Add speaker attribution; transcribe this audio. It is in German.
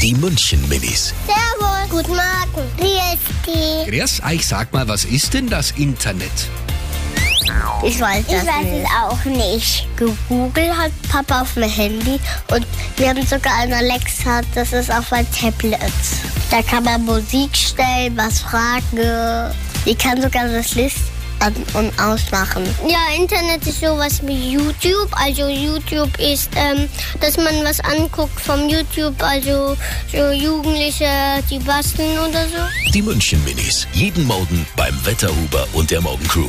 Speaker 1: Die München Minis.
Speaker 2: Servus. Guten Morgen. Wie ist die?
Speaker 1: Grüß euch, sag mal, was ist denn das Internet?
Speaker 3: Ich weiß das
Speaker 2: Ich weiß
Speaker 3: nicht.
Speaker 2: es auch nicht.
Speaker 3: Gegoogelt hat Papa auf dem Handy und wir haben sogar ein Alexa, das ist auf ein Tablet. Da kann man Musik stellen, was fragen. Ich kann sogar das Licht an und ausmachen.
Speaker 2: Ja, Internet ist sowas wie YouTube. Also YouTube ist, ähm, dass man was anguckt vom YouTube. Also so Jugendliche, die basteln oder so.
Speaker 1: Die München Minis. Jeden Morgen beim Wetterhuber und der Morgencrew.